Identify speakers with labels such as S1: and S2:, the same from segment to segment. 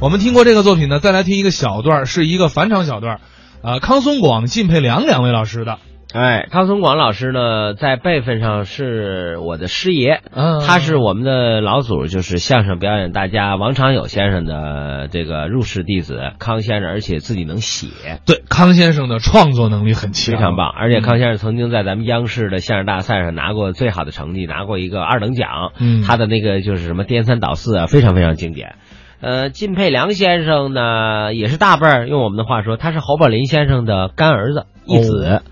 S1: 我们听过这个作品呢，再来听一个小段儿，是一个返场小段儿，呃，康松广、靳佩良两位老师的，
S2: 哎，康松广老师呢，在辈分上是我的师爷，
S1: 嗯
S2: 他是我们的老祖，就是相声表演大家王长友先生的这个入室弟子康先生，而且自己能写，
S1: 对康先生的创作能力很强，
S2: 非常棒。而且康先生曾经在咱们央视的相声大赛上拿过最好的成绩，拿过一个二等奖。
S1: 嗯
S2: 他的那个就是什么颠三倒四啊，非常非常经典。呃，靳佩良先生呢，也是大辈儿，用我们的话说，他是侯宝林先生的干儿子一
S1: 哦
S2: 子。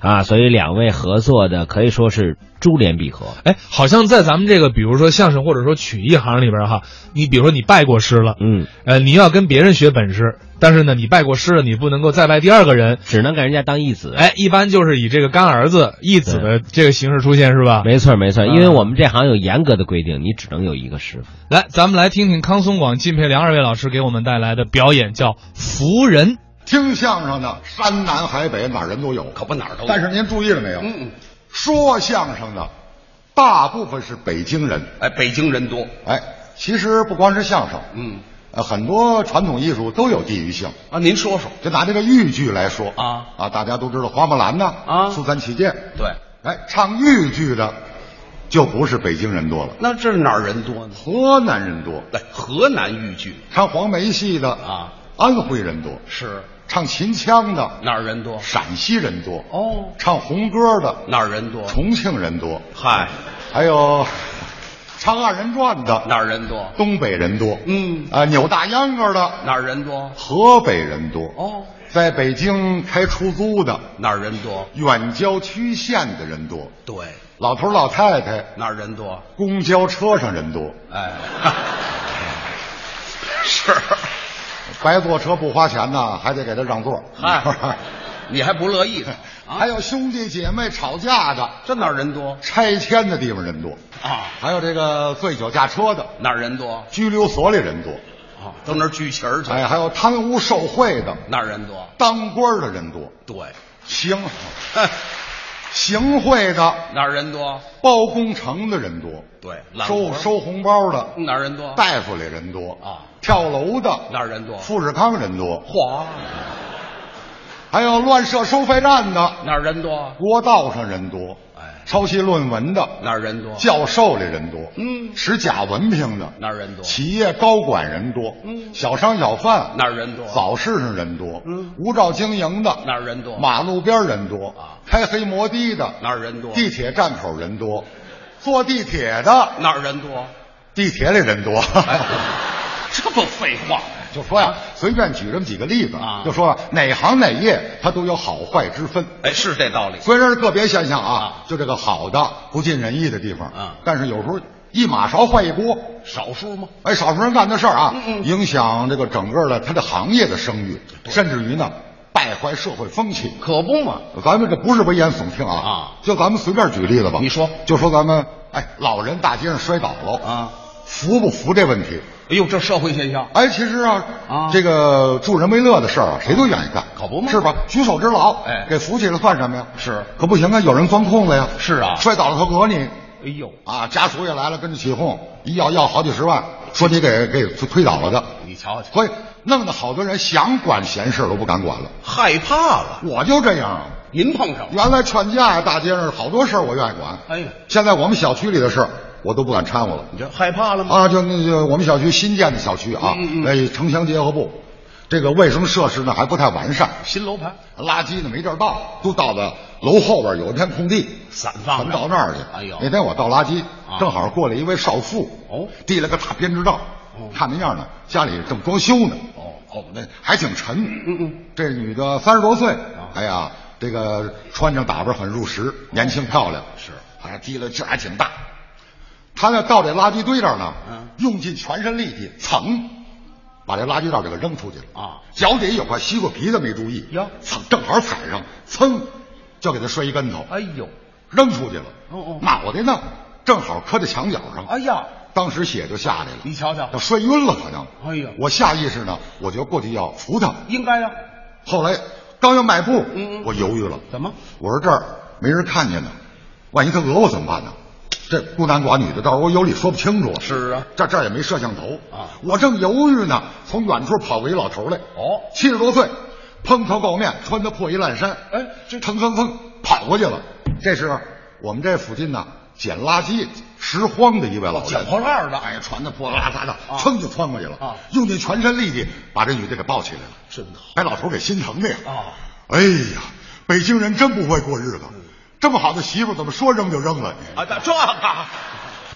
S2: 啊，所以两位合作的可以说是珠联璧合。
S1: 哎，好像在咱们这个，比如说相声或者说曲艺行里边儿哈，你比如说你拜过师了，
S2: 嗯，
S1: 呃，你要跟别人学本事，但是呢，你拜过师了，你不能够再拜第二个人。
S2: 只能给人家当义子。
S1: 哎，一般就是以这个干儿子、义子的这个形式出现，是吧？
S2: 没错没错，
S1: 嗯
S2: 因为我们这行有严格的规定，你只能有一个师傅。
S1: 来，咱们来听听康松广、靳佩良二位老师给我们带来的表演，叫《福人》。
S3: 听相声的山南海北哪儿人都有，
S4: 可不哪儿都有
S3: 但是您注意了没有？
S4: 嗯嗯，
S3: 说相声的大部分是北京人。
S4: 哎，北京人多，
S3: 哎，其实不光是相声，
S4: 嗯
S3: 呃，很多传统艺术都有地域性。
S4: 啊，您说说，
S3: 就拿这个豫剧来说
S4: 啊
S3: 啊，大家都知道花木兰呐
S4: 啊
S3: 苏三起解。
S4: 对，
S3: 哎，唱豫剧的就不是北京人多了，
S4: 那这哪儿人多呢？
S3: 河南人多，
S4: 来，河南豫剧
S3: 唱黄梅戏的
S4: 啊，
S3: 安徽人多，
S4: 是
S3: 唱秦腔的
S4: 哪儿人多？
S3: 陕西人多，
S4: 哦，
S3: 唱红歌的
S4: 哪儿人多？
S3: 重庆人多，
S4: 嗨，
S3: 还有唱二人转的
S4: 哪儿人多？
S3: 东北人多，
S4: 嗯
S3: 啊，扭大秧歌的
S4: 哪儿人多？
S3: 河北人多，
S4: 哦，
S3: 在北京开出租的
S4: 哪儿人多？
S3: 远郊区县的人多，
S4: 对，
S3: 老头老太太
S4: 哪儿人多？
S3: 公交车上人多，
S4: 哎， 是，
S3: 白坐车不花钱呐，还得给他让座。
S4: 嗨，你还不乐意呢？ 哎
S3: 还有兄弟姐妹吵架的，
S4: 这哪儿人多
S3: 拆迁的地方人多，
S4: 啊？
S3: 还有这个醉酒驾车的，
S4: 哪儿人多啊
S3: 拘留所里人多，？
S4: 到那儿聚群儿去，
S3: 哎，还有贪污受贿的，
S4: 哪儿人多？
S3: 当官的人多，
S4: 对，
S3: 行，行贿的，
S4: 哪儿人多？
S3: 包工程的人多，
S4: 对，揽
S3: 收
S4: 活儿
S3: 收红包的，
S4: 哪儿人多？
S3: 大夫里人多
S4: 啊哦
S3: 跳楼的
S4: 哪儿人多？
S3: 富士康人多，
S4: 嚯，
S3: 还有乱设收费站的，
S4: 哪儿人多？
S3: 国道上人多，
S4: 哎，
S3: 抄袭论文的，
S4: 哪儿人多？
S3: 教授里人多，
S4: 哦嗯，
S3: 使假文凭的，
S4: 哪儿人多？
S3: 企业高管人多，
S4: 嗯
S3: 小商小贩
S4: 哪儿人多？
S3: 早市上人多，
S4: 嗯
S3: 无照经营的
S4: 哪儿人多？
S3: 马路边人多
S4: 啊
S3: 开黑摩的的
S4: 哪儿人多？
S3: 地铁站口人多，坐地铁的
S4: 哪儿人多？
S3: 地铁里人多。
S4: 哎，这不废话吗？
S3: 就说呀，随便举这么几个例子
S4: 啊
S3: 就说啊哪行哪业它都有好坏之分。
S4: 哎，是这道理。
S3: 虽然是个别现象啊
S4: 啊，
S3: 就这个好的不尽人意的地方
S4: 啊
S3: 但是有时候一马勺坏一锅，
S4: 少数吗？
S3: 哎，少数人干的事儿啊，
S4: 嗯嗯
S3: 影响这个整个的他的行业的声誉，甚至于呢，败坏社会风气。
S4: 可不嘛。
S3: 咱们这不是危言耸听啊，
S4: 啊
S3: 就咱们随便举例子吧。
S4: 你说
S3: 就说咱们哎，老人大街上摔倒了
S4: 啊，
S3: 扶不扶这问题？
S4: 哎呦，这社会现象，
S3: 哎，其实啊，
S4: 啊
S3: 这个助人为乐的事儿啊，谁都愿意干，
S4: 可不嘛
S3: 是吧？举手之劳，
S4: 哎
S3: 给扶起来算什么呀？
S4: 是
S3: 可不行啊，有人钻空子呀。
S4: 是啊
S3: 摔倒了他讹你
S4: 哎呦，
S3: 啊，家属也来了，跟着起哄，一要要好几十万，说你给给推倒了的。
S4: 你瞧瞧，
S3: 所以弄得好多人想管闲事儿都不敢管了。
S4: 害怕了。
S3: 我就这样啊，
S4: 您碰上了，
S3: 原来劝架呀，大街上好多事儿我愿意管，
S4: 哎呀，
S3: 现在我们小区里的事儿我都不敢掺和了。
S4: 你这害怕了吗？
S3: 啊，就那个我们小区新建的小区啊，
S4: 嗯嗯嗯
S3: 哎，城乡结合部，这个卫生设施呢还不太完善，
S4: 新楼盘
S3: 垃圾呢没地儿倒，都倒到楼后边有一片空地，
S4: 散
S3: 咱
S4: 放
S3: 们
S4: 着
S3: 到那儿去。
S4: 哎呦，
S3: 那天我倒垃圾，
S4: 啊
S3: 正好过来一位少妇，
S4: 哦
S3: 递了个大编织罩，
S4: 哦
S3: 看那样呢，家里正装修呢，
S4: 哦
S3: 哦，那还挺沉。
S4: 嗯嗯，
S3: 这女的三十多岁，哎呀，这个穿着打扮很入时，年轻漂亮，
S4: 是，
S3: 哎，提了劲儿还挺大。她呢到这垃圾堆这儿呢，
S4: 嗯
S3: 用尽全身力气蹭，把这垃圾袋给扔出去了
S4: 啊
S3: 脚底有块西瓜皮子没注意，
S4: 哟
S3: 蹭正好踩上，噌，就给他摔一跟头，
S4: 哎呦，
S3: 扔出去了。
S4: 哦哦
S3: 脑袋呢正好磕在墙角上，
S4: 哎呀，
S3: 当时血就下来了，
S4: 你瞧瞧
S3: 要摔晕了可 能。
S4: 哎呀
S3: 我下意识呢，我就过去要扶他，
S4: 应该呀、啊
S3: 后来刚要迈步，
S4: 嗯嗯
S3: 我犹豫了，
S4: 怎么？
S3: 我说这儿没人看见呢，万一他讹我怎么办呢？这孤男寡女的，到时候我有理说不清楚。
S4: 是啊，
S3: 这这儿也没摄像头
S4: 啊
S3: 我正犹豫呢，从远处跑过一老头来。
S4: 哦
S3: 七十多岁，蓬头垢面，穿的破衣烂衫。
S4: 哎这
S3: 腾腾腾跑过去了。这是我们这附近呢捡垃圾拾荒的一位老人，
S4: 捡破烂儿的
S3: 哎，穿的破烂邋遢的，
S4: 啊
S3: 噌就穿过去了
S4: 啊
S3: 用尽全身力气把这女的给抱起来了。
S4: 真好
S3: 把老头给心疼的呀。
S4: 啊！
S3: 哎呀，
S4: 嗯啊
S3: 北京人真不会过日子，这么好的媳妇怎么说扔就扔了？
S4: 啊，这这个